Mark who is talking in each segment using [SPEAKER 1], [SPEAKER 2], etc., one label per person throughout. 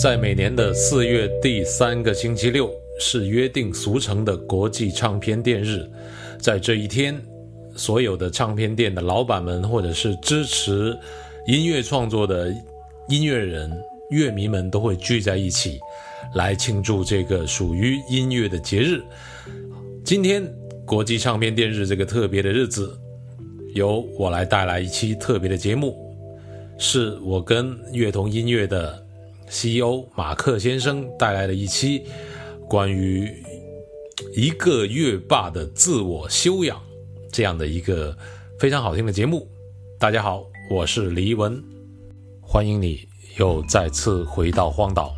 [SPEAKER 1] 在每年的四月第三个星期六是约定俗成的国际唱片店日，在这一天，所有的唱片店的老板们或者是支持音乐创作的音乐人、乐迷们都会聚在一起，来庆祝这个属于音乐的节日。今天国际唱片店日这个特别的日子，由我来带来一期特别的节目，是我跟乐童音乐的 CEO E 马克先生带来的一期关于一个乐霸的自我修养这样的一个非常好听的节目。大家好，我是黎文，欢迎你又再次回到荒岛。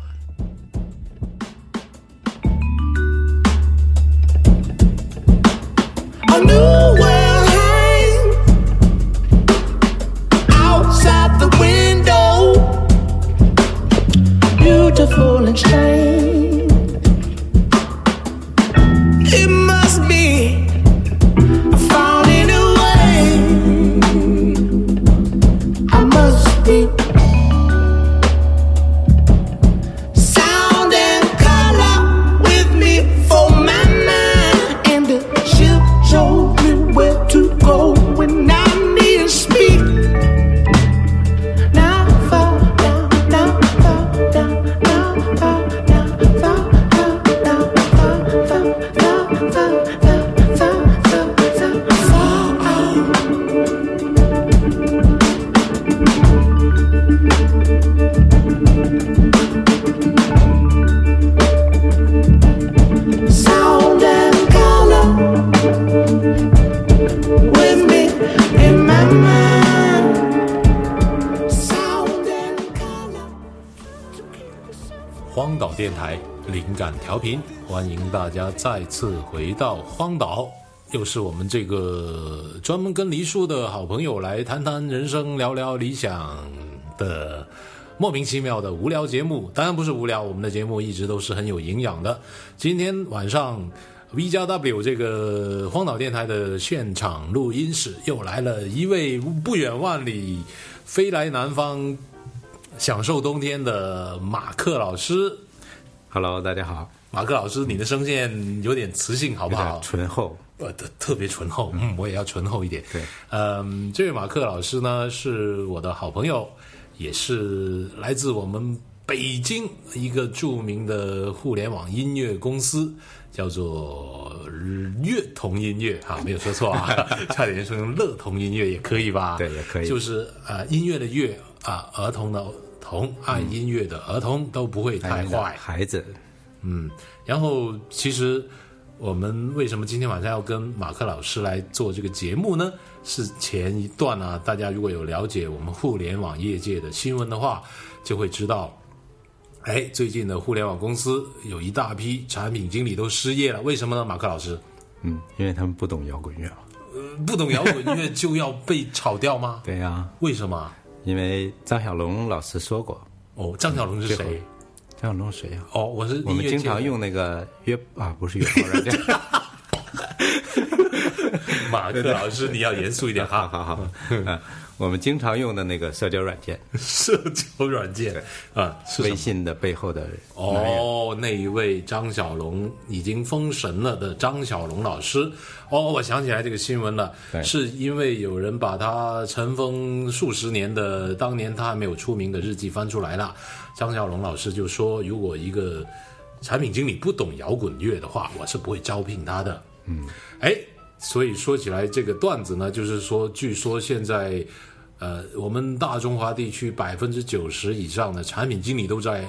[SPEAKER 2] I knew where I hang outside the window, beautiful and shiny. It must be I found in a way. I must be sound and color with me for my mind, and she'll show me where to go when I need to speak. Now fall down, now fall down, now fall down, fall down, now fall, fall, fall, fall, fall, fall, fall, fall, fall out. sound and color with me in my mind. Sound and color.
[SPEAKER 1] 荒岛电台灵感调频，欢迎大家再次回到荒岛，又是我们这个专门跟黎叔的好朋友来谈谈人生、聊聊理想的莫名其妙的无聊节目。当然不是无聊，我们的节目一直都是很有营养的。今天晚上 V 加 W 这个荒岛电台的现场录音室又来了一位不远万里飞来南方享受冬天的马克老师。
[SPEAKER 3] Hello，大家好，
[SPEAKER 1] 马克老师，你的声线有点磁性，好不
[SPEAKER 3] 有
[SPEAKER 1] 好
[SPEAKER 3] 点？醇厚，
[SPEAKER 1] 呃，特特别醇厚，嗯，我也要醇厚一点。
[SPEAKER 3] 对，
[SPEAKER 1] 嗯，这位马克老师呢是我的好朋友，也是来自我们北京一个著名的互联网音乐公司，叫做乐童音乐 啊，没有说错啊， 差点说成乐童音乐也可以吧？
[SPEAKER 3] 对也可以
[SPEAKER 1] 就是呃，音乐的乐啊、儿童的童，爱音乐的儿童都不会
[SPEAKER 3] 哎
[SPEAKER 1] 太坏。
[SPEAKER 3] 孩子，
[SPEAKER 1] 嗯，然后其实我们为什么今天晚上要跟马克老师来做这个节目呢？是前一段呢、大家如果有了解我们互联网业界的新闻的话，就会知道，哎，最近的互联网公司有一大批产品经理都失业了，为什么呢？马克老师，
[SPEAKER 3] 嗯，因为他们不懂摇滚乐嘛。
[SPEAKER 1] 不懂摇滚 乐就要被炒掉吗？
[SPEAKER 3] 对呀、
[SPEAKER 1] 为什么？
[SPEAKER 3] 因为张小龙老师说过，
[SPEAKER 1] 哦，张小龙是
[SPEAKER 3] 最
[SPEAKER 1] 谁
[SPEAKER 3] 后？张小龙谁啊呀、
[SPEAKER 1] 哦，我是音乐
[SPEAKER 3] 我们经
[SPEAKER 1] 界的
[SPEAKER 3] 常用那个约啊，不是约炮 软件，
[SPEAKER 1] 马克老师，你要严肃一点哈
[SPEAKER 3] 好。好好，嗯，我们经常用的那个社交软件，
[SPEAKER 1] 社交软件啊，是什么
[SPEAKER 3] 微信的背后的男人，
[SPEAKER 1] 哦，那一位张小龙已经封神了的张小龙老师，哦，我想起来这个新闻了，
[SPEAKER 3] 对
[SPEAKER 1] 是因为有人把他尘封数十年的当年他还没有出名的日记翻出来了，张小龙老师就说，如果一个产品经理不懂摇滚乐的话，我是不会招聘他的。嗯，哎，所以说起来这个段子呢，就是说，据说现在。呃，我们大中华地区百分之九十以上的产品经理都在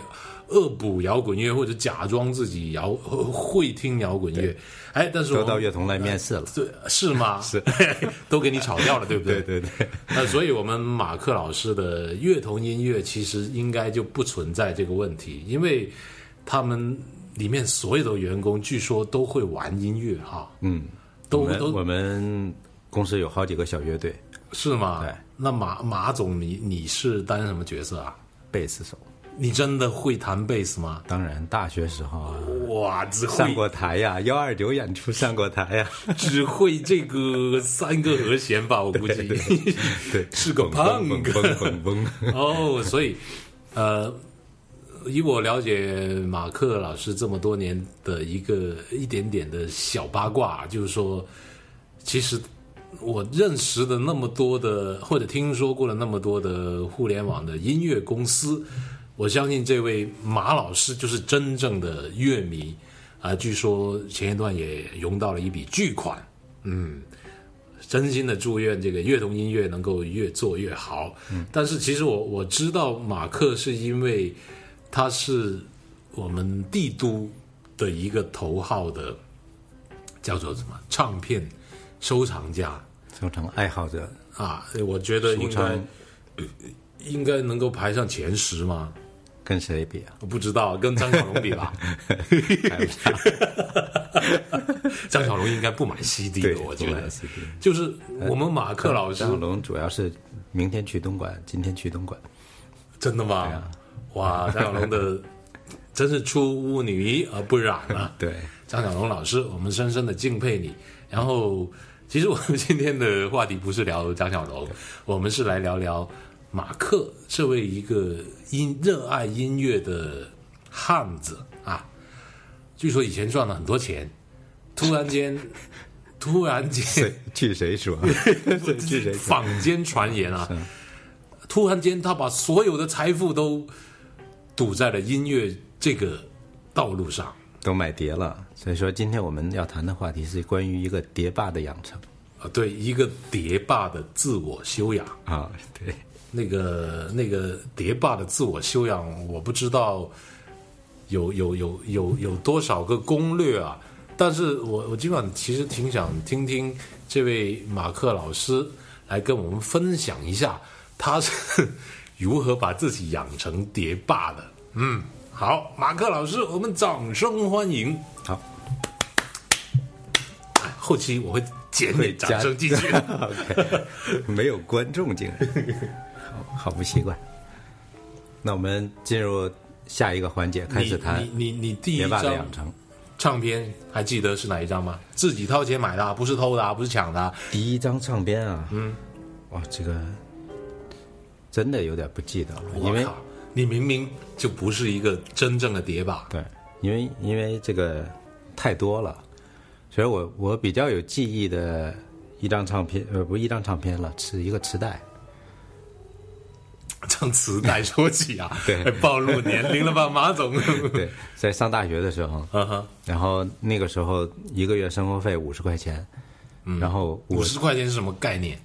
[SPEAKER 1] 恶补摇滚乐，或者假装自己摇呃会听摇滚乐。哎，但是我
[SPEAKER 3] 周
[SPEAKER 1] 们
[SPEAKER 3] 到乐童来面试了，
[SPEAKER 1] 对是吗？是， 都给你炒掉了，对不对？
[SPEAKER 3] 对对对，
[SPEAKER 1] 那所以，我们马克老师的乐童音乐其实应该就不存在这个问题，因为他们里面所有的员工据说都会玩音乐哈，
[SPEAKER 3] 嗯，
[SPEAKER 1] 都
[SPEAKER 3] 我们
[SPEAKER 1] 都
[SPEAKER 3] 我们公司有好几个小乐队，
[SPEAKER 1] 是吗？
[SPEAKER 3] 对。
[SPEAKER 1] 那马马总你，你是担任什么角色啊？
[SPEAKER 3] 贝斯手，
[SPEAKER 1] 你真的会弹贝斯吗？
[SPEAKER 3] 当然大学时候啊
[SPEAKER 1] 哇，只
[SPEAKER 3] 上
[SPEAKER 1] 会
[SPEAKER 3] 过台呀，幺二九演出上过台呀，
[SPEAKER 1] 只会这个三个和弦吧，我估计。
[SPEAKER 3] 对，
[SPEAKER 1] 是个
[SPEAKER 3] 蹦蹦
[SPEAKER 1] 胖哥
[SPEAKER 3] 蹦蹦蹦蹦。
[SPEAKER 1] 哦，所以，呃，以我了解马克老师这么多年的一个一点点的小八卦，啊就是说，其实我认识的那么多的，或者听说过的那么多的互联网的音乐公司，我相信这位马老师就是真正的乐迷啊。据说前一段也融到了一笔巨款，真心的祝愿这个乐童音乐能够越做越好。嗯，但是其实我我知道马克是因为他是我们帝都的一个头号的叫做什么唱片收藏家
[SPEAKER 3] 收藏爱好者，
[SPEAKER 1] 啊，我觉得应
[SPEAKER 3] 收
[SPEAKER 1] 该
[SPEAKER 3] 藏
[SPEAKER 1] 应该能够排上前十吗？
[SPEAKER 3] 跟谁比啊？
[SPEAKER 1] 我不知道，跟张小龙比 吧。 张小龙应该不买 CD 的，
[SPEAKER 3] 对
[SPEAKER 1] 我觉
[SPEAKER 3] 不买
[SPEAKER 1] 得
[SPEAKER 3] CD
[SPEAKER 1] 就是我们马克老师
[SPEAKER 3] 张小龙主要是明天去东莞，今天去东莞，
[SPEAKER 1] 真的吗？哇，张小龙 的真是出污泥而不染啊！
[SPEAKER 3] 对，
[SPEAKER 1] 张小龙老师，我们深深的敬佩你。然后，其实我们今天的话题不是聊张小龙，我们是来聊聊马克这位一个音热爱音乐的汉子啊。据说以前赚了很多钱，突然间，突然间
[SPEAKER 3] 对，去谁说？去谁说？
[SPEAKER 1] 坊间传言啊，突然间他把所有的财富都赌在了音乐这个道路上
[SPEAKER 3] 都买碟了，所以说今天我们要谈的话题是关于一个碟霸的养成
[SPEAKER 1] 啊，对一个碟霸的自我修养，
[SPEAKER 3] 啊，对，
[SPEAKER 1] 那个那个碟霸的自我修养，我不知道有有有有有多少个攻略啊，但是我我今晚其实挺想听听这位马克老师来跟我们分享一下他是 如何把自己养成碟霸的。嗯，好，马克老师，我们掌声欢迎。
[SPEAKER 3] 好，
[SPEAKER 1] 哎后期我会剪你
[SPEAKER 3] 会加
[SPEAKER 1] 掌声进去。
[SPEAKER 3] OK，没有观众竟然，好好不习惯。那我们进入下一个环节，开始谈
[SPEAKER 1] 你你你你第一
[SPEAKER 3] 碟霸的
[SPEAKER 1] 张
[SPEAKER 3] 养成。
[SPEAKER 1] 唱片还记得是哪一张吗？自己掏钱买的啊，不是偷的啊，不是抢的啊。
[SPEAKER 3] 第一张唱片啊，嗯，哇，这个真的有点不记得了，因为
[SPEAKER 1] 我靠你明明就不是一个真正的碟霸，
[SPEAKER 3] 对，因为因为这个太多了，所以我我比较有记忆的一张唱片，呃，不是一张唱片了，是一个 磁带。
[SPEAKER 1] 唱磁带说起啊，
[SPEAKER 3] 对
[SPEAKER 1] 还暴露年龄了吧，马 总？
[SPEAKER 3] 对，在上大学的时候，
[SPEAKER 1] 嗯哼，
[SPEAKER 3] 然后那个时候一个月生活费五十块钱，然后
[SPEAKER 1] 嗯五
[SPEAKER 3] 我
[SPEAKER 1] 十块钱是什么概念？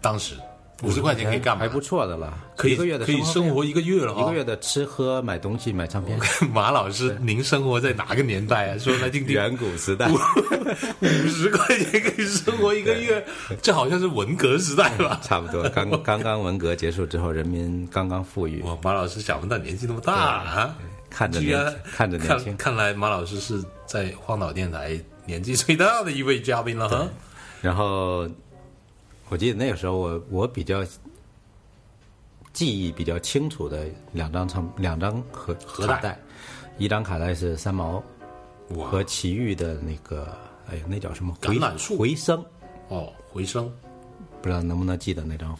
[SPEAKER 1] 当时五十块钱可以干嘛？
[SPEAKER 3] 还不错的了，
[SPEAKER 1] 可以
[SPEAKER 3] 一个月的
[SPEAKER 1] 可以
[SPEAKER 3] 生
[SPEAKER 1] 生
[SPEAKER 3] 活
[SPEAKER 1] 活
[SPEAKER 3] 费啊
[SPEAKER 1] 一个月了
[SPEAKER 3] 一
[SPEAKER 1] 哦
[SPEAKER 3] 个。月的吃喝买东西买唱片，
[SPEAKER 1] 马老师，您生活在哪个年代啊？说来听听。
[SPEAKER 3] 古磁带
[SPEAKER 1] 五十块钱可以生活一个月，这好像是文革时代吧？
[SPEAKER 3] 差不多， 刚刚刚文革结束之后，人民刚刚富裕，
[SPEAKER 1] 哇，马老师想不到年纪那么大啊！
[SPEAKER 3] 看着
[SPEAKER 1] 居
[SPEAKER 3] 年
[SPEAKER 1] 然
[SPEAKER 3] 轻看着年轻
[SPEAKER 1] 看，看来马老师是在荒岛电台年纪最大的一位嘉宾了哈。
[SPEAKER 3] 然后我记得那个时候我我比较记忆比较清楚的两张唱两张盒
[SPEAKER 1] 盒带
[SPEAKER 3] 卡带，一张卡带是三毛
[SPEAKER 1] 哇
[SPEAKER 3] 和齐豫的那个，哎呀，那叫什么？回
[SPEAKER 1] 橄榄树
[SPEAKER 3] 回声，
[SPEAKER 1] 哦，回声，
[SPEAKER 3] 不知道能不能记得那张？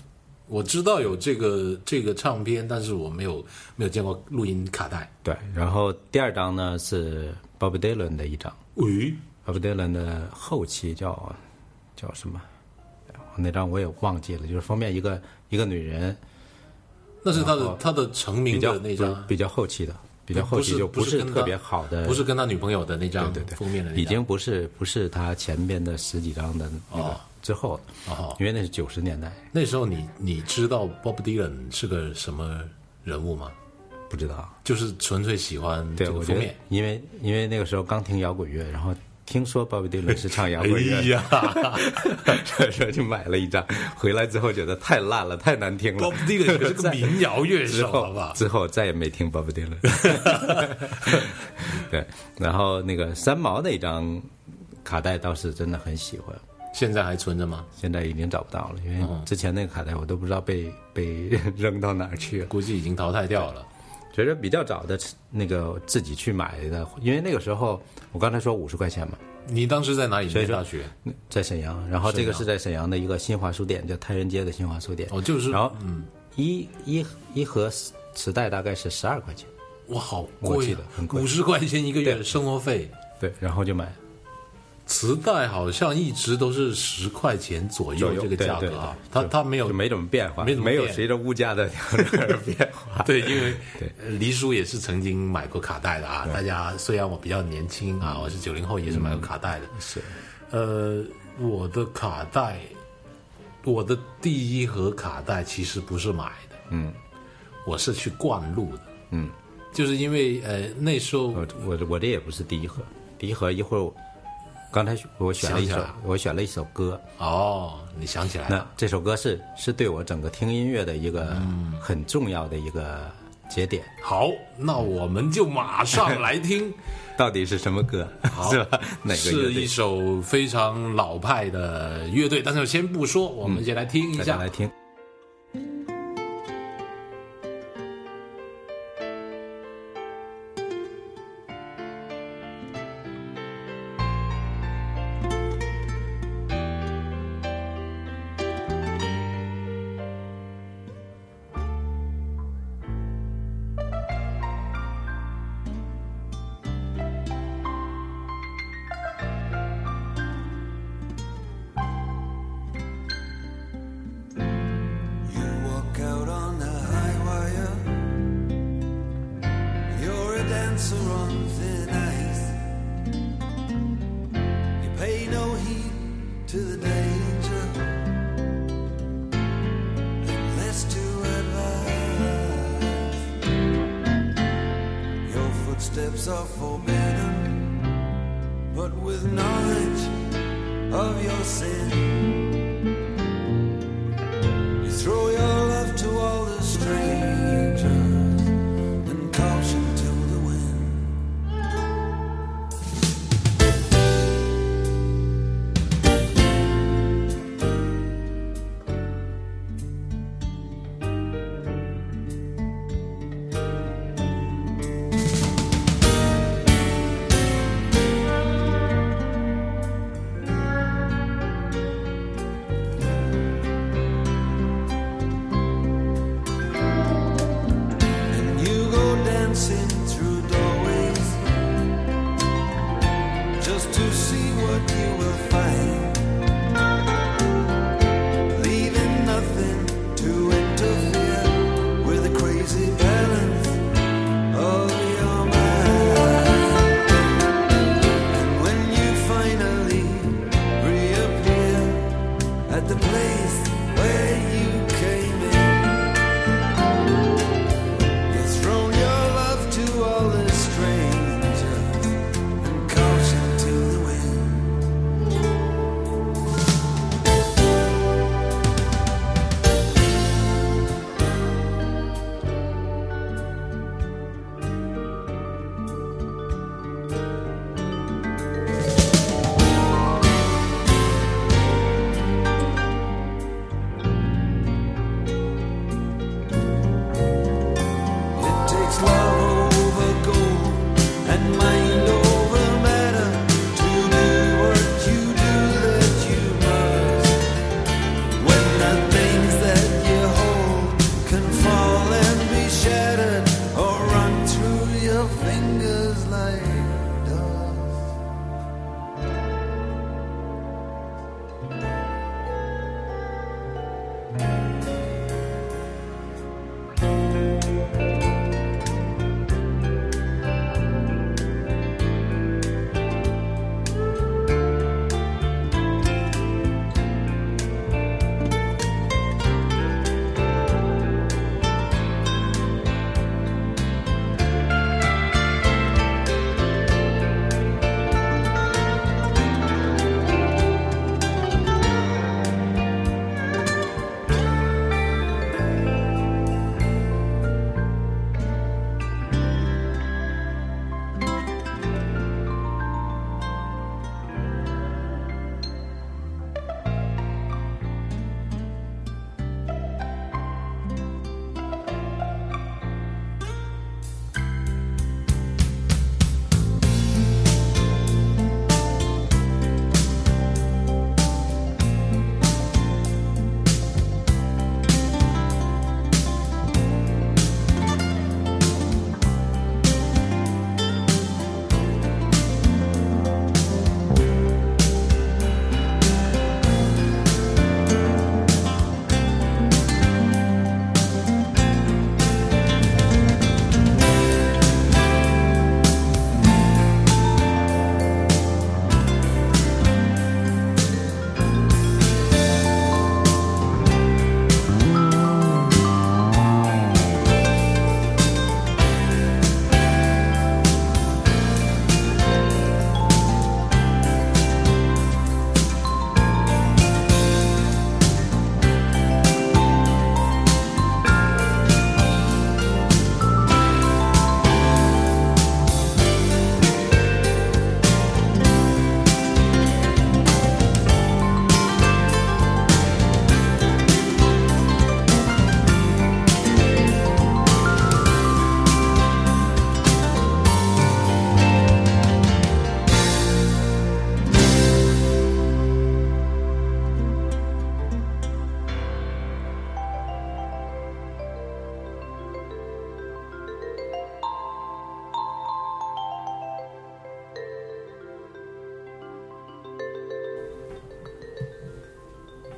[SPEAKER 1] 我知道有这个这个唱片，但是我没有没有见过录音卡带。
[SPEAKER 3] 对，然后第二张呢是 Bob Dylan 的一张
[SPEAKER 1] 喂，
[SPEAKER 3] ，Bob Dylan 的后期叫叫什么？哎我那张我也忘记了，就是封面一个一个女人，
[SPEAKER 1] 那是他的他的成名
[SPEAKER 3] 比较
[SPEAKER 1] 的那张，
[SPEAKER 3] 比较后期的，比较后期就
[SPEAKER 1] 不是
[SPEAKER 3] 是
[SPEAKER 1] 跟
[SPEAKER 3] 特
[SPEAKER 1] 他
[SPEAKER 3] 别好的，
[SPEAKER 1] 不是跟他女朋友的那张
[SPEAKER 3] 对对
[SPEAKER 1] 封面的那
[SPEAKER 3] 已
[SPEAKER 1] 张。
[SPEAKER 3] 经不是不是他前面的十几张的那个
[SPEAKER 1] 哦
[SPEAKER 3] 之后，
[SPEAKER 1] 哦，
[SPEAKER 3] 因为那是九十年代，
[SPEAKER 1] 那时候你你知道 Bob Dylan 是个什么人物吗？
[SPEAKER 3] 不知道。
[SPEAKER 1] 就是纯粹喜欢这
[SPEAKER 3] 对，
[SPEAKER 1] 个
[SPEAKER 3] 我觉
[SPEAKER 1] 封
[SPEAKER 3] 得
[SPEAKER 1] 面。
[SPEAKER 3] 因为因为那个时候刚听摇滚乐，然后听说 Bob Dylan 是唱摇
[SPEAKER 1] 哎
[SPEAKER 3] 滚乐，
[SPEAKER 1] 呀
[SPEAKER 3] 所以 说就买了一张，回来之后觉得太烂了，太难听了
[SPEAKER 1] ，Bob。Dylan 可是个民谣乐
[SPEAKER 3] 之
[SPEAKER 1] 手，好
[SPEAKER 3] 后
[SPEAKER 1] 吧？
[SPEAKER 3] 之后再也没听 Bob Dylan。对，然后那个三毛那张卡带倒是真的很喜欢，
[SPEAKER 1] 现在还存着吗？
[SPEAKER 3] 现在已经找不到了，因为之前那个卡带我都不知道被 被扔到哪儿去了。
[SPEAKER 1] 估计已经淘汰掉了。
[SPEAKER 3] 所以说比较早的那个自己去买的，因为那个时候我刚才说五十块钱嘛，
[SPEAKER 1] 你当时在哪里
[SPEAKER 3] 以
[SPEAKER 1] 念
[SPEAKER 3] 说
[SPEAKER 1] 大学？
[SPEAKER 3] 在沈阳，然后这
[SPEAKER 1] 沈
[SPEAKER 3] 个
[SPEAKER 1] 阳
[SPEAKER 3] 是在沈阳的一个新华书店，叫太原街的新华书店。
[SPEAKER 1] 哦，就是
[SPEAKER 3] 然后一一一盒磁带大概是十二块钱，
[SPEAKER 1] 哇，好
[SPEAKER 3] 我
[SPEAKER 1] 贵
[SPEAKER 3] 记
[SPEAKER 1] 啊
[SPEAKER 3] 得很，贵
[SPEAKER 1] 五十块钱一个月
[SPEAKER 3] 对
[SPEAKER 1] 的生活费。
[SPEAKER 3] 对，然后就买，
[SPEAKER 1] 磁带好像一直都是十块钱左右
[SPEAKER 3] 左右
[SPEAKER 1] 这个价格啊，
[SPEAKER 3] 对
[SPEAKER 1] 它
[SPEAKER 3] 对对
[SPEAKER 1] 它没有
[SPEAKER 3] 就没怎么变化，
[SPEAKER 1] 没怎么
[SPEAKER 3] 有
[SPEAKER 1] 变
[SPEAKER 3] 随着物 价的变化。
[SPEAKER 1] 对，因为
[SPEAKER 3] 对
[SPEAKER 1] 呃黎叔也是曾经买过卡带的啊。大家虽然我比较年轻啊，我是九零后，也是买过卡带的。
[SPEAKER 3] 嗯是，
[SPEAKER 1] 呃，我的卡带，我的第一盒卡带其实不是买的，
[SPEAKER 3] 嗯，
[SPEAKER 1] 我是去灌录的，
[SPEAKER 3] 嗯，哦
[SPEAKER 1] 就是因为呃那时候
[SPEAKER 3] 我我我这也不是第一盒，第一盒一会儿我刚才我选了一
[SPEAKER 1] 想起
[SPEAKER 3] 首
[SPEAKER 1] 来了，
[SPEAKER 3] 我选了一首歌，
[SPEAKER 1] 哦，你想起来
[SPEAKER 3] 那
[SPEAKER 1] 了，
[SPEAKER 3] 这首歌是是对我整个听音乐的一个
[SPEAKER 1] 嗯
[SPEAKER 3] 很重要的一个节点。
[SPEAKER 1] 好，那我们就马上来听，
[SPEAKER 3] 到底是什么歌？ 是吧？ 哪个乐
[SPEAKER 1] 是一
[SPEAKER 3] 队？
[SPEAKER 1] 首非常老派的乐队，但是先不说，我们先来听一
[SPEAKER 3] 大
[SPEAKER 1] 下
[SPEAKER 3] 家。来听。
[SPEAKER 4] You walk out on the high wire. You're a dancer on thin ice. You pay no heed to the danger. Unless to advise. Your footsteps are forbidden, but with knowledge of your sin. You throw your love to all the strangers and caution to the wind. And you go dancing through doorways just to see what you will find. Leaving nothing to interfere with the crazy balance of your mind. And when you finally reappear at the place where you came in. You've thrown your love to all the strangers and caution to the wind.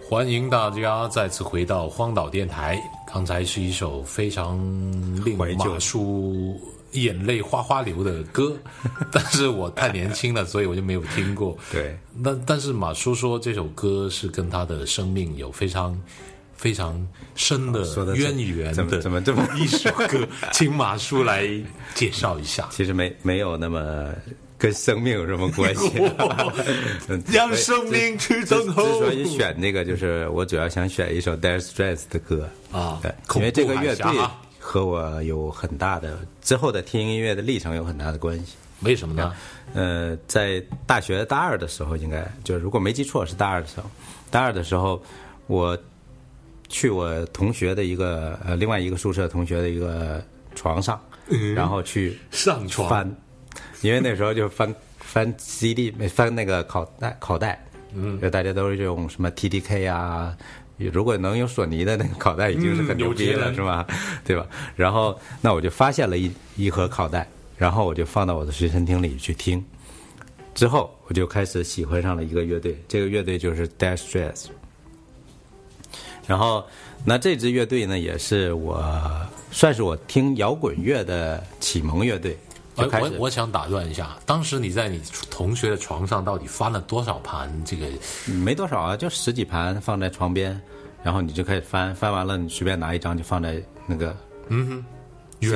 [SPEAKER 1] 欢迎大家再次回到荒岛电台。刚才是一首非常令
[SPEAKER 3] 怀旧
[SPEAKER 1] 马叔眼泪哗哗流的 歌，但是我太年轻了，所以我就没有听过。
[SPEAKER 3] 对，
[SPEAKER 1] 那但是马叔说这首歌是跟他的生命有非常非常深的
[SPEAKER 3] 哦说的
[SPEAKER 1] 渊源
[SPEAKER 3] 怎么
[SPEAKER 1] 的
[SPEAKER 3] 怎么这么。
[SPEAKER 1] 一首歌，请马叔来介绍一下
[SPEAKER 3] 其实没没有那么跟生命有什么关系。 嗯
[SPEAKER 1] 让生命去
[SPEAKER 3] 之
[SPEAKER 1] 等
[SPEAKER 3] 之
[SPEAKER 1] 候。
[SPEAKER 3] 所以选那个，就是我主要想选一首 Dire Straits 的歌
[SPEAKER 1] 啊
[SPEAKER 3] 对，
[SPEAKER 1] 恐
[SPEAKER 3] 因为这
[SPEAKER 1] 怖
[SPEAKER 3] 个
[SPEAKER 1] 海
[SPEAKER 3] 乐
[SPEAKER 1] 峡
[SPEAKER 3] 队和我有很大的之后的听音乐的历程有很大的关系。
[SPEAKER 1] 为什么呢？
[SPEAKER 3] 呃，在大学大二的时候，应该就是如果没记错是大二的时候，大二的时候我去我同学的一个呃另外一个宿舍同学的一个床上，然后去
[SPEAKER 1] 嗯上床
[SPEAKER 3] 翻，因为那时候就翻翻 CD，翻那个拷带拷带，嗯，就大家都是用什么 TDK 啊，如果能有索尼的那个拷带已经是很
[SPEAKER 1] 嗯
[SPEAKER 3] 牛逼
[SPEAKER 1] 有钱
[SPEAKER 3] 了，是吧？对吧？然后那我就发现了一一盒拷带，然后我就放到我的随身听里去听，之后我就开始喜欢上了一个乐队，这个乐队就是 Death Stress。然后，那这支乐队呢，也是我算是我听摇滚乐的启蒙乐队。
[SPEAKER 1] 哎
[SPEAKER 3] 就开
[SPEAKER 1] 我
[SPEAKER 3] 始
[SPEAKER 1] 我想打断一下，当时你在你同学的床上到底翻了多少盘这个？
[SPEAKER 3] 没多少啊，就十几盘放在床边，然后你就开始翻，翻完了你随便拿一张就放在那个
[SPEAKER 1] 缘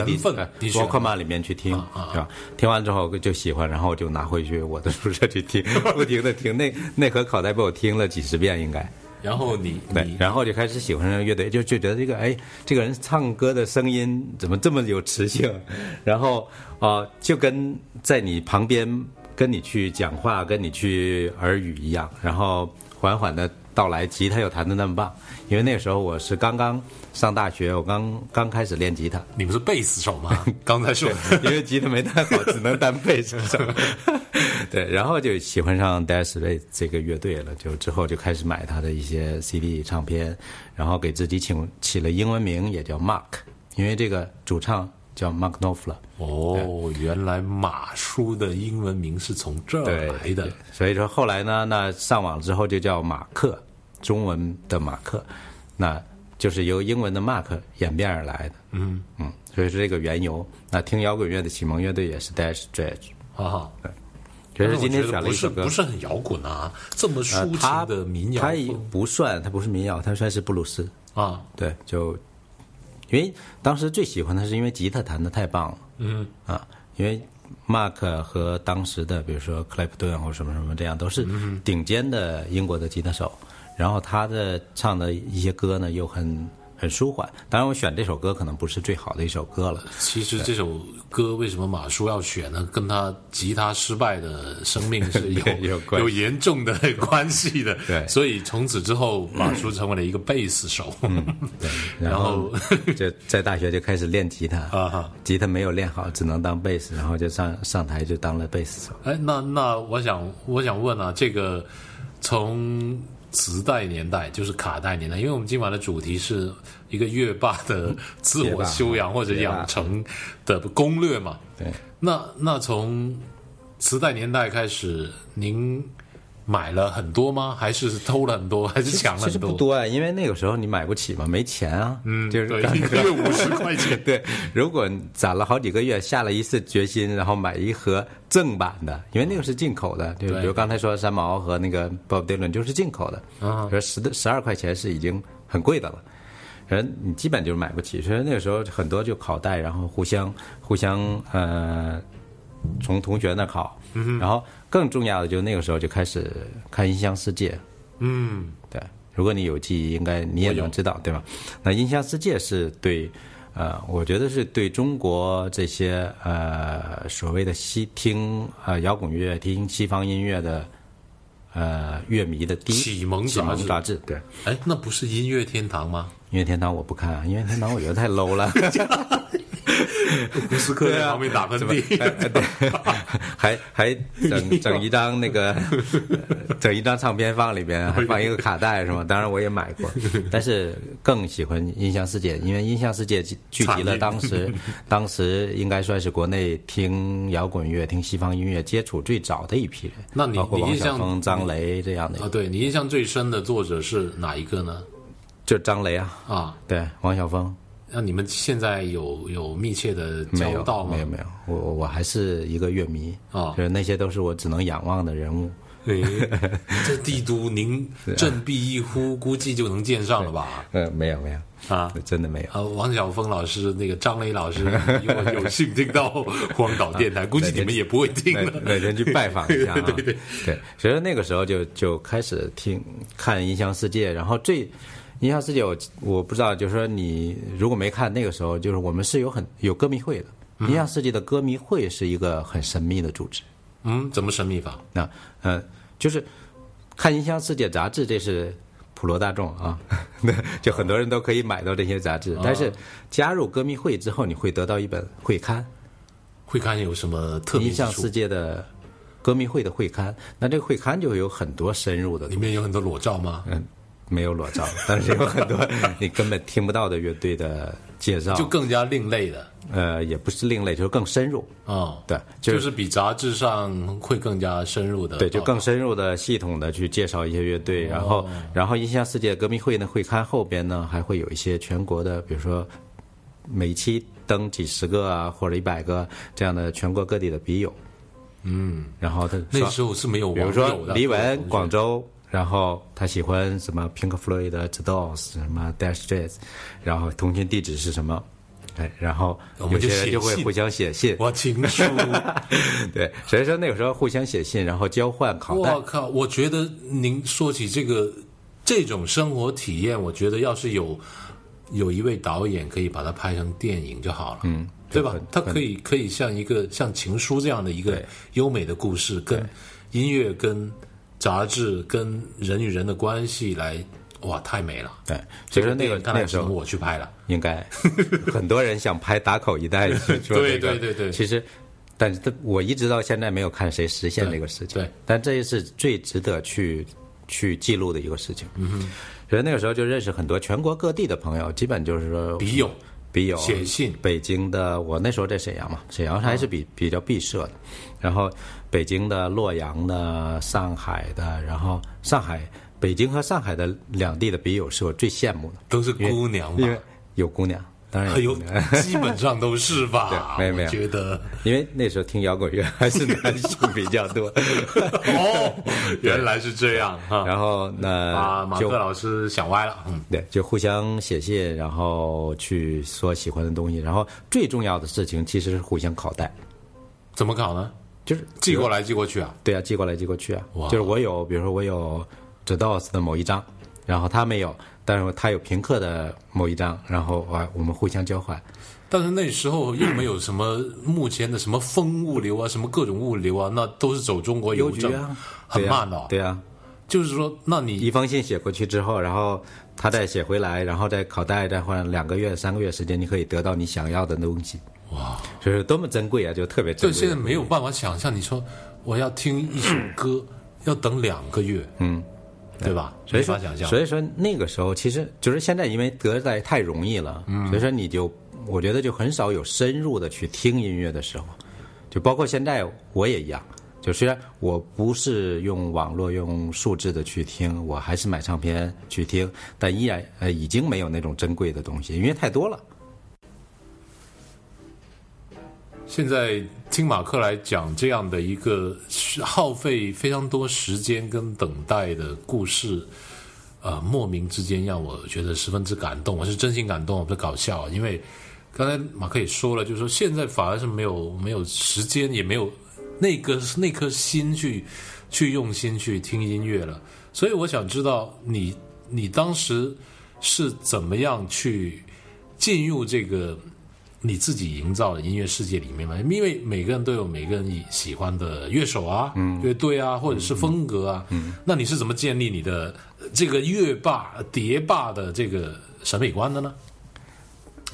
[SPEAKER 3] CD
[SPEAKER 1] 分啊
[SPEAKER 3] 呃，
[SPEAKER 1] 你选
[SPEAKER 3] 沃克曼里面去听，是吧？听完之后就喜欢，然后我就拿回去我的宿舍去 听，不停的听。那那盒口袋被我听了几十遍应该。
[SPEAKER 1] 然后你
[SPEAKER 3] 嗯对
[SPEAKER 1] 你，
[SPEAKER 3] 然后就开始喜欢上乐队，就就觉得这个哎，这个人唱歌的声音怎么这么有磁性？然后啊、呃就跟在你旁边跟你去讲话、跟你去耳语一样，然后缓缓的到来，吉他又弹的那么棒。因为那时候我是刚刚上大学，我刚刚开始练吉他，
[SPEAKER 1] 你不是贝斯手 吗？刚才说
[SPEAKER 3] 因为吉他没弹好，只能单贝斯手。 对，然后就喜欢上 Dire Straits 这个乐队了，就之后就开始买他的一些 CD 唱片，然后给自己请起了英文名，也叫 Mark，因为这个主唱叫 Mark Knopfler。
[SPEAKER 1] 哦，原来马叔的英文名是从这儿
[SPEAKER 3] 对
[SPEAKER 1] 来哦的。
[SPEAKER 3] 所以说后来呢，那上网之后就叫马克，中文的马克，那就是由英文的 Mark 演变而来的。嗯嗯，所以说这个缘由。那听摇滚乐的启蒙乐队也是 Dire Straits。
[SPEAKER 1] 哈啊哈，
[SPEAKER 3] 所
[SPEAKER 1] 但
[SPEAKER 3] 以
[SPEAKER 1] 是
[SPEAKER 3] 说
[SPEAKER 1] 我
[SPEAKER 3] 今天
[SPEAKER 1] 觉
[SPEAKER 3] 选
[SPEAKER 1] 得
[SPEAKER 3] 了一
[SPEAKER 1] 不是
[SPEAKER 3] 首歌，
[SPEAKER 1] 不是很摇滚啊，这么
[SPEAKER 3] 呃
[SPEAKER 1] 抒
[SPEAKER 3] 它
[SPEAKER 1] 情的民谣
[SPEAKER 3] 它也
[SPEAKER 1] 风
[SPEAKER 3] 不算，它不是民谣，它算是布鲁斯。
[SPEAKER 1] 啊，
[SPEAKER 3] 对，就因为当时最喜欢他是因为吉他弹的太棒了，嗯啊，因为 Mark 和当时的比如说克莱普顿或什么什么这样都是
[SPEAKER 1] 嗯
[SPEAKER 3] 顶尖的英国的吉他手，然后他的唱的一些歌呢又很很舒缓，当然我选这首歌可能不是最好的一首歌了，
[SPEAKER 1] 其实这首歌为什么马叔要选呢？跟他吉他失败的生命是有
[SPEAKER 3] 对有关系
[SPEAKER 1] 严重的关系的。
[SPEAKER 3] 对
[SPEAKER 1] 所以从此之后，马叔成为了一个贝斯手。
[SPEAKER 3] 嗯对，
[SPEAKER 1] 然
[SPEAKER 3] 然后
[SPEAKER 1] 后
[SPEAKER 3] 就在大学就开始练 吉
[SPEAKER 1] 啊
[SPEAKER 3] 他
[SPEAKER 1] 哈，
[SPEAKER 3] 吉他没有练好，只能当贝斯，然后就上上台就当了贝斯手。
[SPEAKER 1] 哎，那那我想我想问啊，这个从磁带年代就是卡带年代，因为我们今晚的主题是一个乐霸的 自
[SPEAKER 3] 嗯乐
[SPEAKER 1] 我
[SPEAKER 3] 霸嗯
[SPEAKER 1] 修养或者
[SPEAKER 3] 乐霸
[SPEAKER 1] 养成的攻略嘛。
[SPEAKER 3] 对，
[SPEAKER 1] 那那从磁带年代开始，您买了很多吗？还是偷了很多？还是抢了
[SPEAKER 3] 其实
[SPEAKER 1] 很
[SPEAKER 3] 不多啊，因为那个时候你买不起嘛，没钱啊。嗯，就是
[SPEAKER 1] 对，
[SPEAKER 3] 刚。
[SPEAKER 1] 一个月五十块钱
[SPEAKER 3] 对，如果攒了好几个月，下了一次决心，然后买一盒正版的，因为那个是进口的，就
[SPEAKER 1] 对
[SPEAKER 3] 比如刚才说三毛和那个 Bob Dylan 就是进口的，啊，十十二块钱是已经很贵的了。人你基本就买不起，所以那个时候很多就拷带，然后互相互相呃从同学那考，
[SPEAKER 1] 嗯
[SPEAKER 3] 然后更重要的就是那个时候就开始看《音箱世界》。嗯，对，如果你有记忆，应该你也能知道，对吧？那《音箱世界》是对，呃，我觉得是对中国这些呃所谓的西听呃摇滚乐、听西方音乐的呃乐迷的第一
[SPEAKER 1] 启蒙
[SPEAKER 3] 启
[SPEAKER 1] 杂
[SPEAKER 3] 蒙
[SPEAKER 1] 志
[SPEAKER 3] 杂志，对。
[SPEAKER 1] 哎，那不是音乐天堂吗？
[SPEAKER 3] 音乐天堂我不看啊，音乐天堂我觉得太 low 了。
[SPEAKER 1] 胡斯克在旁边打喷嚏，
[SPEAKER 3] 啊哎哎对， 还还 整整一张那个呃整一张唱片放里边，还放一个卡带 是吗？当然我也买过，但是更喜欢《音像世界》，因为《音像世界》聚聚集 了当时当时应该算是国内听摇滚乐、听西方音乐接触最早的一批人。
[SPEAKER 1] 那你
[SPEAKER 3] 包括
[SPEAKER 1] 你
[SPEAKER 3] 王
[SPEAKER 1] 印象
[SPEAKER 3] 晓峰、张雷这样的
[SPEAKER 1] 啊，，对你印象最深的作者是哪一个呢？
[SPEAKER 3] 就张雷啊，
[SPEAKER 1] 啊，
[SPEAKER 3] 对，王晓峰。
[SPEAKER 1] 那你们现在有有密切的
[SPEAKER 3] 没
[SPEAKER 1] 交
[SPEAKER 3] 有
[SPEAKER 1] 道吗？
[SPEAKER 3] 没有没有，我我我还是一个乐迷
[SPEAKER 1] 哦
[SPEAKER 3] 就是那些都是我只能仰望的人物。
[SPEAKER 1] 哎，这帝都 您
[SPEAKER 3] 啊
[SPEAKER 1] 振臂一呼，估计就能见上了吧？
[SPEAKER 3] 呃，没有没有，
[SPEAKER 1] 啊
[SPEAKER 3] 真的没有。
[SPEAKER 1] 啊，王晓峰老师，那个张磊老师，如果有幸听到 荒岛电
[SPEAKER 3] 啊
[SPEAKER 1] 台，估计你们也不会听
[SPEAKER 3] 哪
[SPEAKER 1] 了。
[SPEAKER 3] 哪天去拜访一下、啊。
[SPEAKER 1] 对对对
[SPEAKER 3] 对，所以说那个时候就就开始听看《音像世界》，然后最《音像世界我》我不知道，就是说你如果没看那个时候，就是我们是有很有歌迷会的，音像世界》的歌迷会是一个很神秘的组织。
[SPEAKER 1] 嗯，怎么神秘法？
[SPEAKER 3] 那呃，就是看《音像世界》杂志，这是普罗大众啊， 那就很多人都可以买到这些杂志。但
[SPEAKER 1] 啊
[SPEAKER 3] 是加入歌迷会之后，你会得到一本会刊，
[SPEAKER 1] 会刊有什么特别
[SPEAKER 3] 音
[SPEAKER 1] 之
[SPEAKER 3] 像
[SPEAKER 1] 处
[SPEAKER 3] 世？界的歌迷会的会刊。那这个会刊就有很多深入的
[SPEAKER 1] 里，面有很多裸照吗？
[SPEAKER 3] 嗯，没有裸照，但是 有很多你根本听不到的乐队的介绍，
[SPEAKER 1] 就更加另类的
[SPEAKER 3] 呃，也不是另类，就是更深入。
[SPEAKER 1] 哦，
[SPEAKER 3] 对，
[SPEAKER 1] 就是是比杂志上会更加深入的报道，
[SPEAKER 3] 对，就更深入的、系统的去介绍一些乐
[SPEAKER 1] 哦
[SPEAKER 3] 队，然后，然后音像世界歌迷会呢会刊后边呢还会有一些全国的，比如说每期登几十个啊或者一百个这样的全国各地的笔友，嗯，然后他
[SPEAKER 1] 那
[SPEAKER 3] 说
[SPEAKER 1] 时候是没有网
[SPEAKER 3] 比如
[SPEAKER 1] 友
[SPEAKER 3] 说
[SPEAKER 1] 的。
[SPEAKER 3] 黎文广州，然后他喜欢什么 Pink Floyd 的 The Doors，什么 Dire Straits，然后通讯地址是什么？哎，然后
[SPEAKER 1] 我们
[SPEAKER 3] 有
[SPEAKER 1] 就
[SPEAKER 3] 些人
[SPEAKER 1] 写
[SPEAKER 3] 就会
[SPEAKER 1] 信
[SPEAKER 3] 互相写信，
[SPEAKER 1] 我情书，
[SPEAKER 3] 对，所以说那个时候互相写信，然后交换卡带
[SPEAKER 1] 我，靠！我觉得您说起这个这种生活体验，我觉得要是有有一位导演可以把它拍成电影就好了，嗯，对吧？它可以可以像一个像情书这样的一个
[SPEAKER 3] 对
[SPEAKER 1] 优美的故事，跟音乐、跟杂志、跟人与人的关系来，哇，太美了！
[SPEAKER 3] 对，哎所以说
[SPEAKER 1] 电
[SPEAKER 3] 那个
[SPEAKER 1] 影看来
[SPEAKER 3] 那个
[SPEAKER 1] 只
[SPEAKER 3] 时
[SPEAKER 1] 能
[SPEAKER 3] 候
[SPEAKER 1] 我去拍了，
[SPEAKER 3] 应 该很多人想拍打口一带去做
[SPEAKER 1] 对
[SPEAKER 3] 这
[SPEAKER 1] 对
[SPEAKER 3] 个
[SPEAKER 1] 对对
[SPEAKER 3] 其实。但是他我一直到现在没有看谁实现这个事情，
[SPEAKER 1] 对对
[SPEAKER 3] 但这也是最值得去去记录的一个事情。嗯哼，所以那个时候就认识很多全国各地的朋友，基本就是说
[SPEAKER 1] 笔友
[SPEAKER 3] 笔友
[SPEAKER 1] 写信嗯
[SPEAKER 3] 北京的我那时候在沈阳嘛，沈阳还是比、比较闭塞的，然后北京的、洛阳的、上海的，然后上海、北京和上海的两地的笔友是我最羡慕的，
[SPEAKER 1] 都是姑娘
[SPEAKER 3] 因为
[SPEAKER 1] 嘛，
[SPEAKER 3] 有姑娘，当然
[SPEAKER 1] 哎
[SPEAKER 3] 有
[SPEAKER 1] 呦
[SPEAKER 3] 姑娘，，
[SPEAKER 1] 基本上都是吧？
[SPEAKER 3] 对没有没
[SPEAKER 1] 我
[SPEAKER 3] 有
[SPEAKER 1] 觉得。
[SPEAKER 3] 因为那时候听摇滚乐还是男性比 较多，
[SPEAKER 1] 哦，原来是这样啊！
[SPEAKER 3] 然后
[SPEAKER 1] 啊，
[SPEAKER 3] 那
[SPEAKER 1] 马
[SPEAKER 3] 就
[SPEAKER 1] 克老师想歪了，嗯，
[SPEAKER 3] 对，就互相写信，然后去说喜欢的东西，然后最重要的事情其实是互相拷带，
[SPEAKER 1] 怎么搞呢？
[SPEAKER 3] 就是
[SPEAKER 1] 寄过来寄过去啊？
[SPEAKER 3] 对啊，寄过来寄过去啊
[SPEAKER 1] 哇，
[SPEAKER 3] 就是我有，比如说我有 The Doors 的某一张，然后他没有，但是他有平克的某一张，然后啊我们互相交换，
[SPEAKER 1] 但是那时候又没有什么目前的什么风物流啊，什么各种物流啊，那都是走中国邮
[SPEAKER 3] 邮
[SPEAKER 1] 政
[SPEAKER 3] 局啊，
[SPEAKER 1] 很
[SPEAKER 3] 对啊
[SPEAKER 1] 慢的。哦
[SPEAKER 3] 对啊，
[SPEAKER 1] 就是说，那你
[SPEAKER 3] 一封信写过去之后，然后他再写回来，然后再拷带，再换两个月、三个月时间，你可以得到你想要的东西。
[SPEAKER 1] 哇，
[SPEAKER 3] 所以说多么珍贵啊！就特别
[SPEAKER 1] 就
[SPEAKER 3] 珍贵。
[SPEAKER 1] 现在没有办法想象，你说我要听一首歌，要等两个月，嗯，对吧？
[SPEAKER 3] 所以
[SPEAKER 1] 没
[SPEAKER 3] 说
[SPEAKER 1] 法想，象
[SPEAKER 3] 所。以说那个时候其实就是现在，因为得代太容易了，
[SPEAKER 1] 嗯
[SPEAKER 3] 所以说你就我觉得就很少有深入的去听音乐的时候，就包括现在我也一样。就虽然我不是用网络、用数字的去听，我还是买唱片去听，但依然呃已经没有那种珍贵的东西，因为太多了。
[SPEAKER 1] 现在听马克来讲这样的一个是耗费非常多时间跟等待的故事，呃，莫名之间让我觉得十分之感动，我是真心感动，我不是搞笑啊。因为刚才马克也说了，就是说现在反而是没有没有时间，也没有那个那颗心去去用心去听音乐了。所以我想知道你你当时是怎么样去进入这个你自己营造的音乐世界里面嘛，因为每个人都有每个人喜欢的乐手啊、乐队啊，或者是风格啊。那你是怎么建立你的呃这个乐霸、碟霸的这个审美观的呢？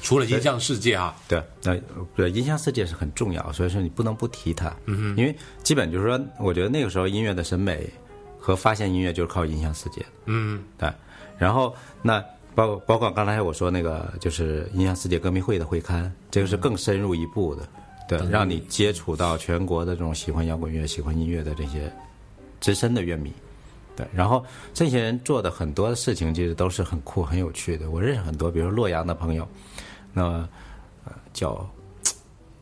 [SPEAKER 1] 除了音像世界啊，
[SPEAKER 3] 对，那对音像世界是很重要，所以说你不能不提它。嗯因为基本就是说，我觉得那个时候音乐的审美和发现音乐就是靠音像世界。嗯，对。然后那包括包括刚才我说那个，就是音像世界歌迷会的会刊，这个是更深入一步的，对，让你接触到全国的这种喜欢摇滚乐、喜欢音乐的这些资深的乐迷。对，然后这些人做的很多事情其实都是很酷、很有趣的。我认识很多，比如洛阳的朋友，那呃叫，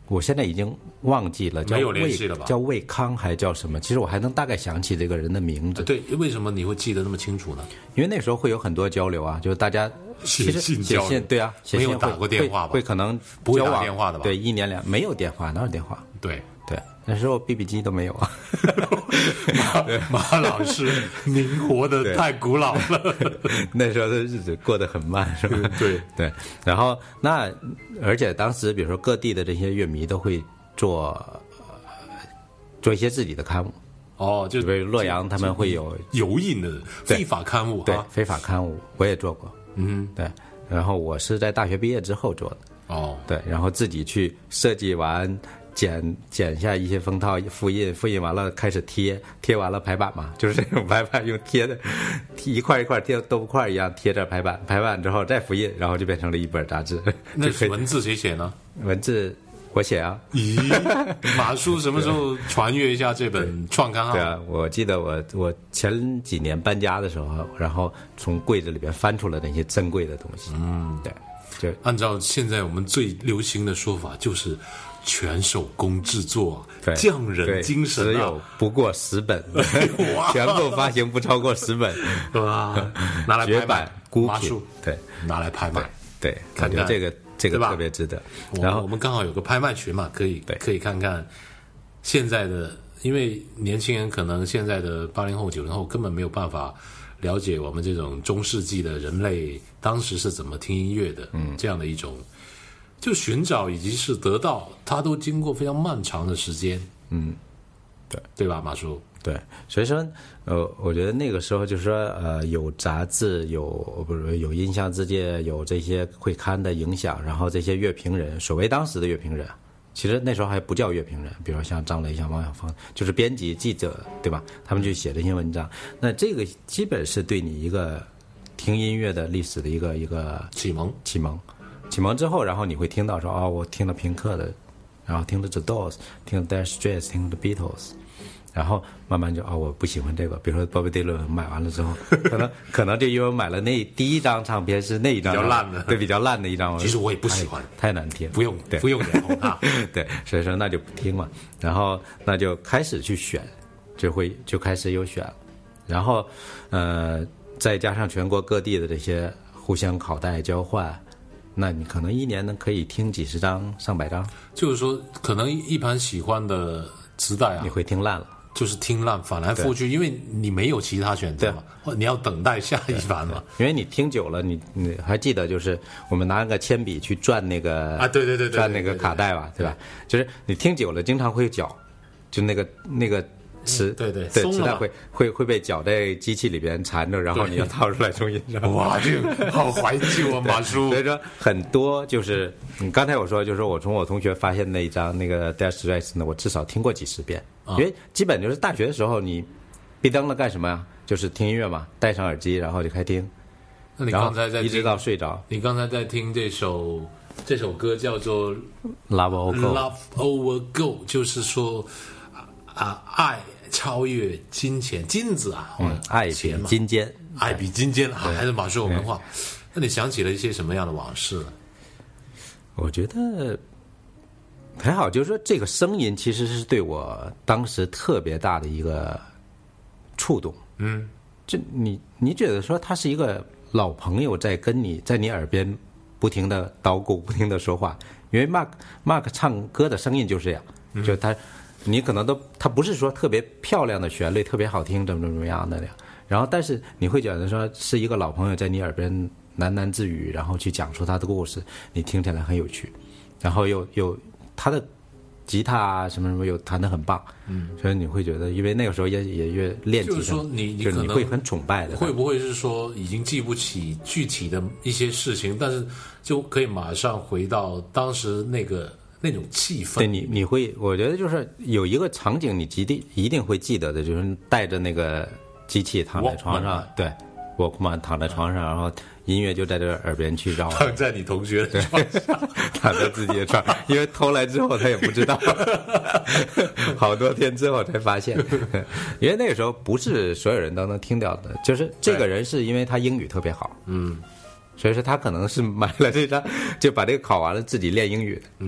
[SPEAKER 3] 我现在已经忘记了，叫
[SPEAKER 1] 没有联
[SPEAKER 3] 魏
[SPEAKER 1] 系了吧
[SPEAKER 3] 叫魏康还叫什么？其实我还能大概想起这个人的名字，
[SPEAKER 1] 对，为什么你会记得那么清楚呢？
[SPEAKER 3] 因为那时候会有很多交流啊，就是大家
[SPEAKER 1] 写
[SPEAKER 3] 其实
[SPEAKER 1] 信
[SPEAKER 3] 写
[SPEAKER 1] 交流
[SPEAKER 3] 信对啊，写
[SPEAKER 1] 没
[SPEAKER 3] 信
[SPEAKER 1] 有打
[SPEAKER 3] 会
[SPEAKER 1] 过电话吧
[SPEAKER 3] 会会可能
[SPEAKER 1] 不会
[SPEAKER 3] 交
[SPEAKER 1] 打
[SPEAKER 3] 往
[SPEAKER 1] 电话的吧
[SPEAKER 3] 对，一年两没有电话，哪有电话？
[SPEAKER 1] 对，
[SPEAKER 3] 对，那时候 BB 机都没有啊。
[SPEAKER 1] 马马老师，您活得太古老了。
[SPEAKER 3] 那时候的日子过得很慢，是吧？
[SPEAKER 1] 嗯对
[SPEAKER 3] 对，然后那而且当时比如说各地的这些乐迷都会做、呃做一些自己的刊物，
[SPEAKER 1] 哦，就
[SPEAKER 3] 比如洛阳他们会有
[SPEAKER 1] 油印的非法刊物
[SPEAKER 3] 对
[SPEAKER 1] 啊。
[SPEAKER 3] 非法刊物，我也做过，嗯，对，然后我是在大学毕业之后做的，
[SPEAKER 1] 哦，
[SPEAKER 3] 对，然后自己去设计完。剪剪下一些封套，复印，复印完了开始贴，贴完了排版嘛，就是这种排版用贴的，贴一块一块贴豆腐块一样贴着排版，排版之后再复印，然后就变成了一本杂志。
[SPEAKER 1] 那
[SPEAKER 3] 就可以
[SPEAKER 1] 文字谁写呢？
[SPEAKER 3] 文字我写啊，
[SPEAKER 1] 咦，马叔什么时候传阅一下这本创刊
[SPEAKER 3] 对
[SPEAKER 1] 号？
[SPEAKER 3] 啊，我记得我我前几年搬家的时候，然后从柜子里边翻出了那些珍贵的东西。嗯，对，就
[SPEAKER 1] 按照现在我们最流行的说法，就是全手工制作啊
[SPEAKER 3] 对，
[SPEAKER 1] 匠人
[SPEAKER 3] 对
[SPEAKER 1] 精神
[SPEAKER 3] 只
[SPEAKER 1] 啊
[SPEAKER 3] 有！不过 十本，
[SPEAKER 1] 哇
[SPEAKER 3] 全部发行不超过十 本，
[SPEAKER 1] 啊，拿来
[SPEAKER 3] 绝
[SPEAKER 1] 拍卖
[SPEAKER 3] 版孤
[SPEAKER 1] 马
[SPEAKER 3] 品
[SPEAKER 1] 叔，
[SPEAKER 3] 对
[SPEAKER 1] 拿来拍卖。
[SPEAKER 3] 对，
[SPEAKER 1] 看
[SPEAKER 3] 感觉
[SPEAKER 1] 看
[SPEAKER 3] 这个这个
[SPEAKER 1] 对吧
[SPEAKER 3] 特别值得。
[SPEAKER 1] 我
[SPEAKER 3] 然后
[SPEAKER 1] 我们刚好有个拍卖群嘛，可以
[SPEAKER 3] 对
[SPEAKER 1] 可以看看现在的，因为年轻人可能现在的八零后、九零后根本没有办法了解我们这种中世纪的人类当时是怎么听音乐的，嗯，这样的一种就寻找以及是得到，它都经过非常漫长的时间，嗯，
[SPEAKER 3] 对
[SPEAKER 1] 对吧，马叔？
[SPEAKER 3] 对，所以说，呃，我觉得那个时候就是说，呃，有杂志，有不是有音像世界，有这些会刊的影响，然后这些乐评人，所谓当时的乐评人，其实那时候还不叫乐评人，比如像张雷、像王晓峰，就是编辑、记者，对吧？他们去写这些文章，那这个基本是对你一个听音乐的历史的一个一个
[SPEAKER 1] 启蒙
[SPEAKER 3] 启蒙，启蒙之后，然后你会听到说，哦，我听了平克的，然后听了 The Doors，听了 Dire Straits，听了 The Beatles，然后慢慢就哦，我不喜欢这个，比如说 Bob Dylan 买完了之后， 可能可能就因为我买了那第一张唱片是那一张
[SPEAKER 1] 比较烂的
[SPEAKER 3] 对，比较烂的一张，我就
[SPEAKER 1] 其实我也不喜欢
[SPEAKER 3] 太难听，
[SPEAKER 1] 不用
[SPEAKER 3] 对
[SPEAKER 1] 不用脸红啊，
[SPEAKER 3] 对，所以说那就不听嘛，然后那就开始去选，就会就开始有选，然后呃再加上全国各地的这些互相拷带交换，那你可能一年呢可以听几十张、上百张，
[SPEAKER 1] 就是说可能一盘喜欢的磁带啊
[SPEAKER 3] 你，会听烂了。
[SPEAKER 1] 就是听烂，反来覆去，因为你没有其他选择嘛，或你要等待下一盘嘛。
[SPEAKER 3] 因为你听久了，你你还记得就是我们拿那个铅笔去转那个
[SPEAKER 1] 啊对对对对
[SPEAKER 3] 转
[SPEAKER 1] 对
[SPEAKER 3] 那
[SPEAKER 1] 对
[SPEAKER 3] 个
[SPEAKER 1] 对
[SPEAKER 3] 卡带吧，对吧？就是你听久了，经常会绞，就那个那个磁、
[SPEAKER 1] 嗯对对
[SPEAKER 3] 对
[SPEAKER 1] 松了
[SPEAKER 3] 磁带
[SPEAKER 1] 嘛
[SPEAKER 3] 会会会被绞在机器里边缠着，然后
[SPEAKER 1] 对
[SPEAKER 3] 你要掏出来重新 上。
[SPEAKER 1] 哇，这个好怀旧 啊，马叔
[SPEAKER 3] 所以说很多就是你刚才我说，就是我从我同学发现那一张那个 Death Stress 呢，我至少听过几十遍，
[SPEAKER 1] 啊
[SPEAKER 3] 因为基本就是大学的时候你闭灯了干什么呀？就是听音乐嘛，戴上耳机然后就开听，
[SPEAKER 1] 那你
[SPEAKER 3] 然
[SPEAKER 1] 刚
[SPEAKER 3] 后
[SPEAKER 1] 才在
[SPEAKER 3] 一直
[SPEAKER 1] 听，
[SPEAKER 3] 到睡着。
[SPEAKER 1] 你刚才在听这首这首歌叫做《
[SPEAKER 3] Love o g o
[SPEAKER 1] Love Over Go》，就是说啊，爱超越金钱，金子啊，
[SPEAKER 3] 嗯，爱比
[SPEAKER 1] 钱嘛，
[SPEAKER 3] 金坚。
[SPEAKER 1] 爱比金坚啊，还是马叔有文化。那你想起了一些什么样的往事呢？
[SPEAKER 3] 我觉得还好，就是说这个声音其实是对我当时特别大的一个触动。嗯，这你你觉得说他是一个老朋友在跟你在你耳边不停的捣鼓，不停的说话，因为 Mark Mark 唱歌的声音就是这样，
[SPEAKER 1] 嗯
[SPEAKER 3] 就他你可能都他不是说特别漂亮的旋律，特别好听，怎么怎么样的那样。然后，但是你会觉得说是一个老朋友在你耳边喃喃自语，然后去讲述他的故事，你听起来很有趣，然后又又他的吉他啊什么什么有弹的很棒，嗯，所以你会觉得，因为那个时候也也越练吉他，
[SPEAKER 1] 就是说你你
[SPEAKER 3] 就是
[SPEAKER 1] 可
[SPEAKER 3] 你
[SPEAKER 1] 能
[SPEAKER 3] 会很崇拜的，
[SPEAKER 1] 会不会是说已经记不起具体的一些事情，但是就可以马上回到当时那个那种气氛？
[SPEAKER 3] 对你，你会，我觉得就是有一个场景，你一定一定会记得的，就是带着那个机器躺在床上
[SPEAKER 1] Walkman，
[SPEAKER 3] 对，我嘛躺在床上，然后音乐就在这耳边去绕，
[SPEAKER 1] 躺在你同学的床 上，
[SPEAKER 3] 躺在自己的床，因为偷来之后他也不知道， 好多天之后才发现， 因为那个时候不是所有人都能听到的，就是这个人是因为他英语特别好，嗯，所以说他可能是买了这张，就把这个考完了自己练英语的，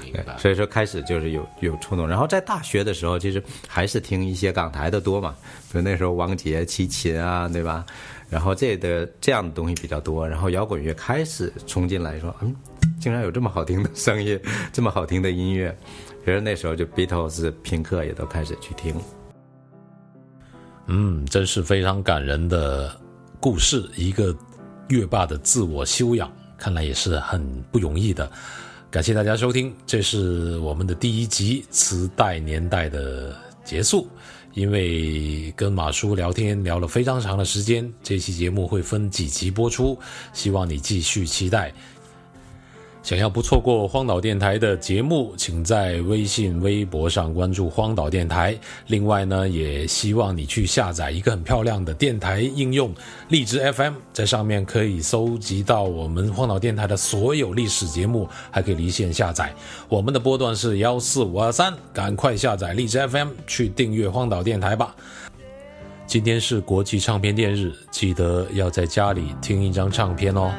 [SPEAKER 1] 明
[SPEAKER 3] 对
[SPEAKER 1] 白？
[SPEAKER 3] 所以说开始就是有有冲动，然后在大学的时候，其实还是听一些港台的多嘛，比如那时候王杰、齐秦啊，对吧？然后这的这样的东西比较多，然后摇滚乐开始冲进来说，嗯，竟然有这么好听的声音，这么好听的音乐，其实那时候就 Beatles、平克也都开始去听。
[SPEAKER 1] 嗯，真是非常感人的故事，一个乐霸的自我修养，看来也是很不容易的。感谢大家收听，这是我们的第一集《磁带年代》的结束。因为跟马叔聊天聊了非常长的时间，这期节目会分几集播出，希望你继续期待。想要不错过荒岛电台的节目，请在微信、微博上关注荒岛电台。另外呢，也希望你去下载一个很漂亮的电台应用——荔枝 FM，在上面可以搜集到我们荒岛电台的所有历史节目，还可以离线下载。我们的波段是幺四五二三，赶快下载荔枝 FM 去订阅荒岛电台吧。今天是国际唱片店日，记得要在家里听一张唱片哦。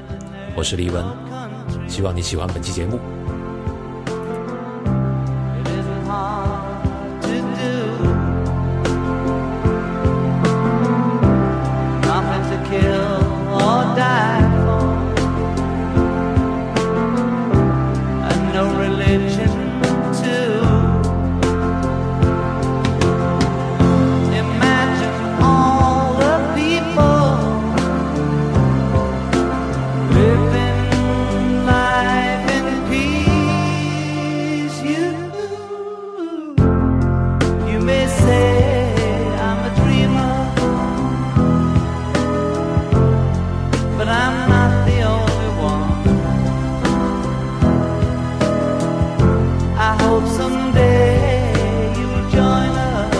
[SPEAKER 1] 我是黎文，希望你喜欢本期节目。
[SPEAKER 5] It isn't hard to do. Nothing to kill or die for, and no religion too. Imagine all the people living life in peace. You. You may say I'm a dreamer, but I'm not the only one. I hope someday you will join us,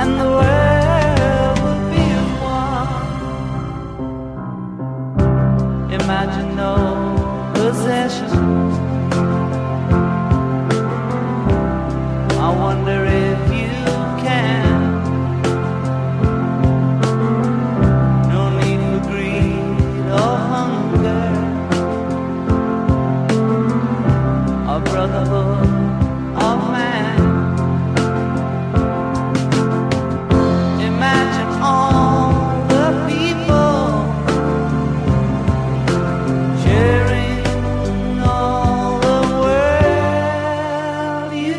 [SPEAKER 5] and the world will be as one. Imagine no possessions. I wonder if you can. No need for greed or hunger or brotherhood of man. Imagine all the people sharing all the world. You,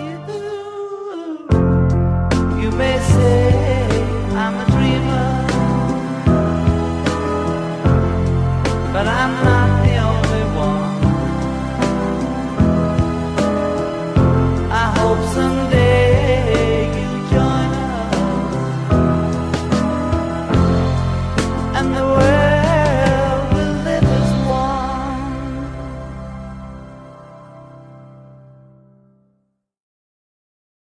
[SPEAKER 5] you may say.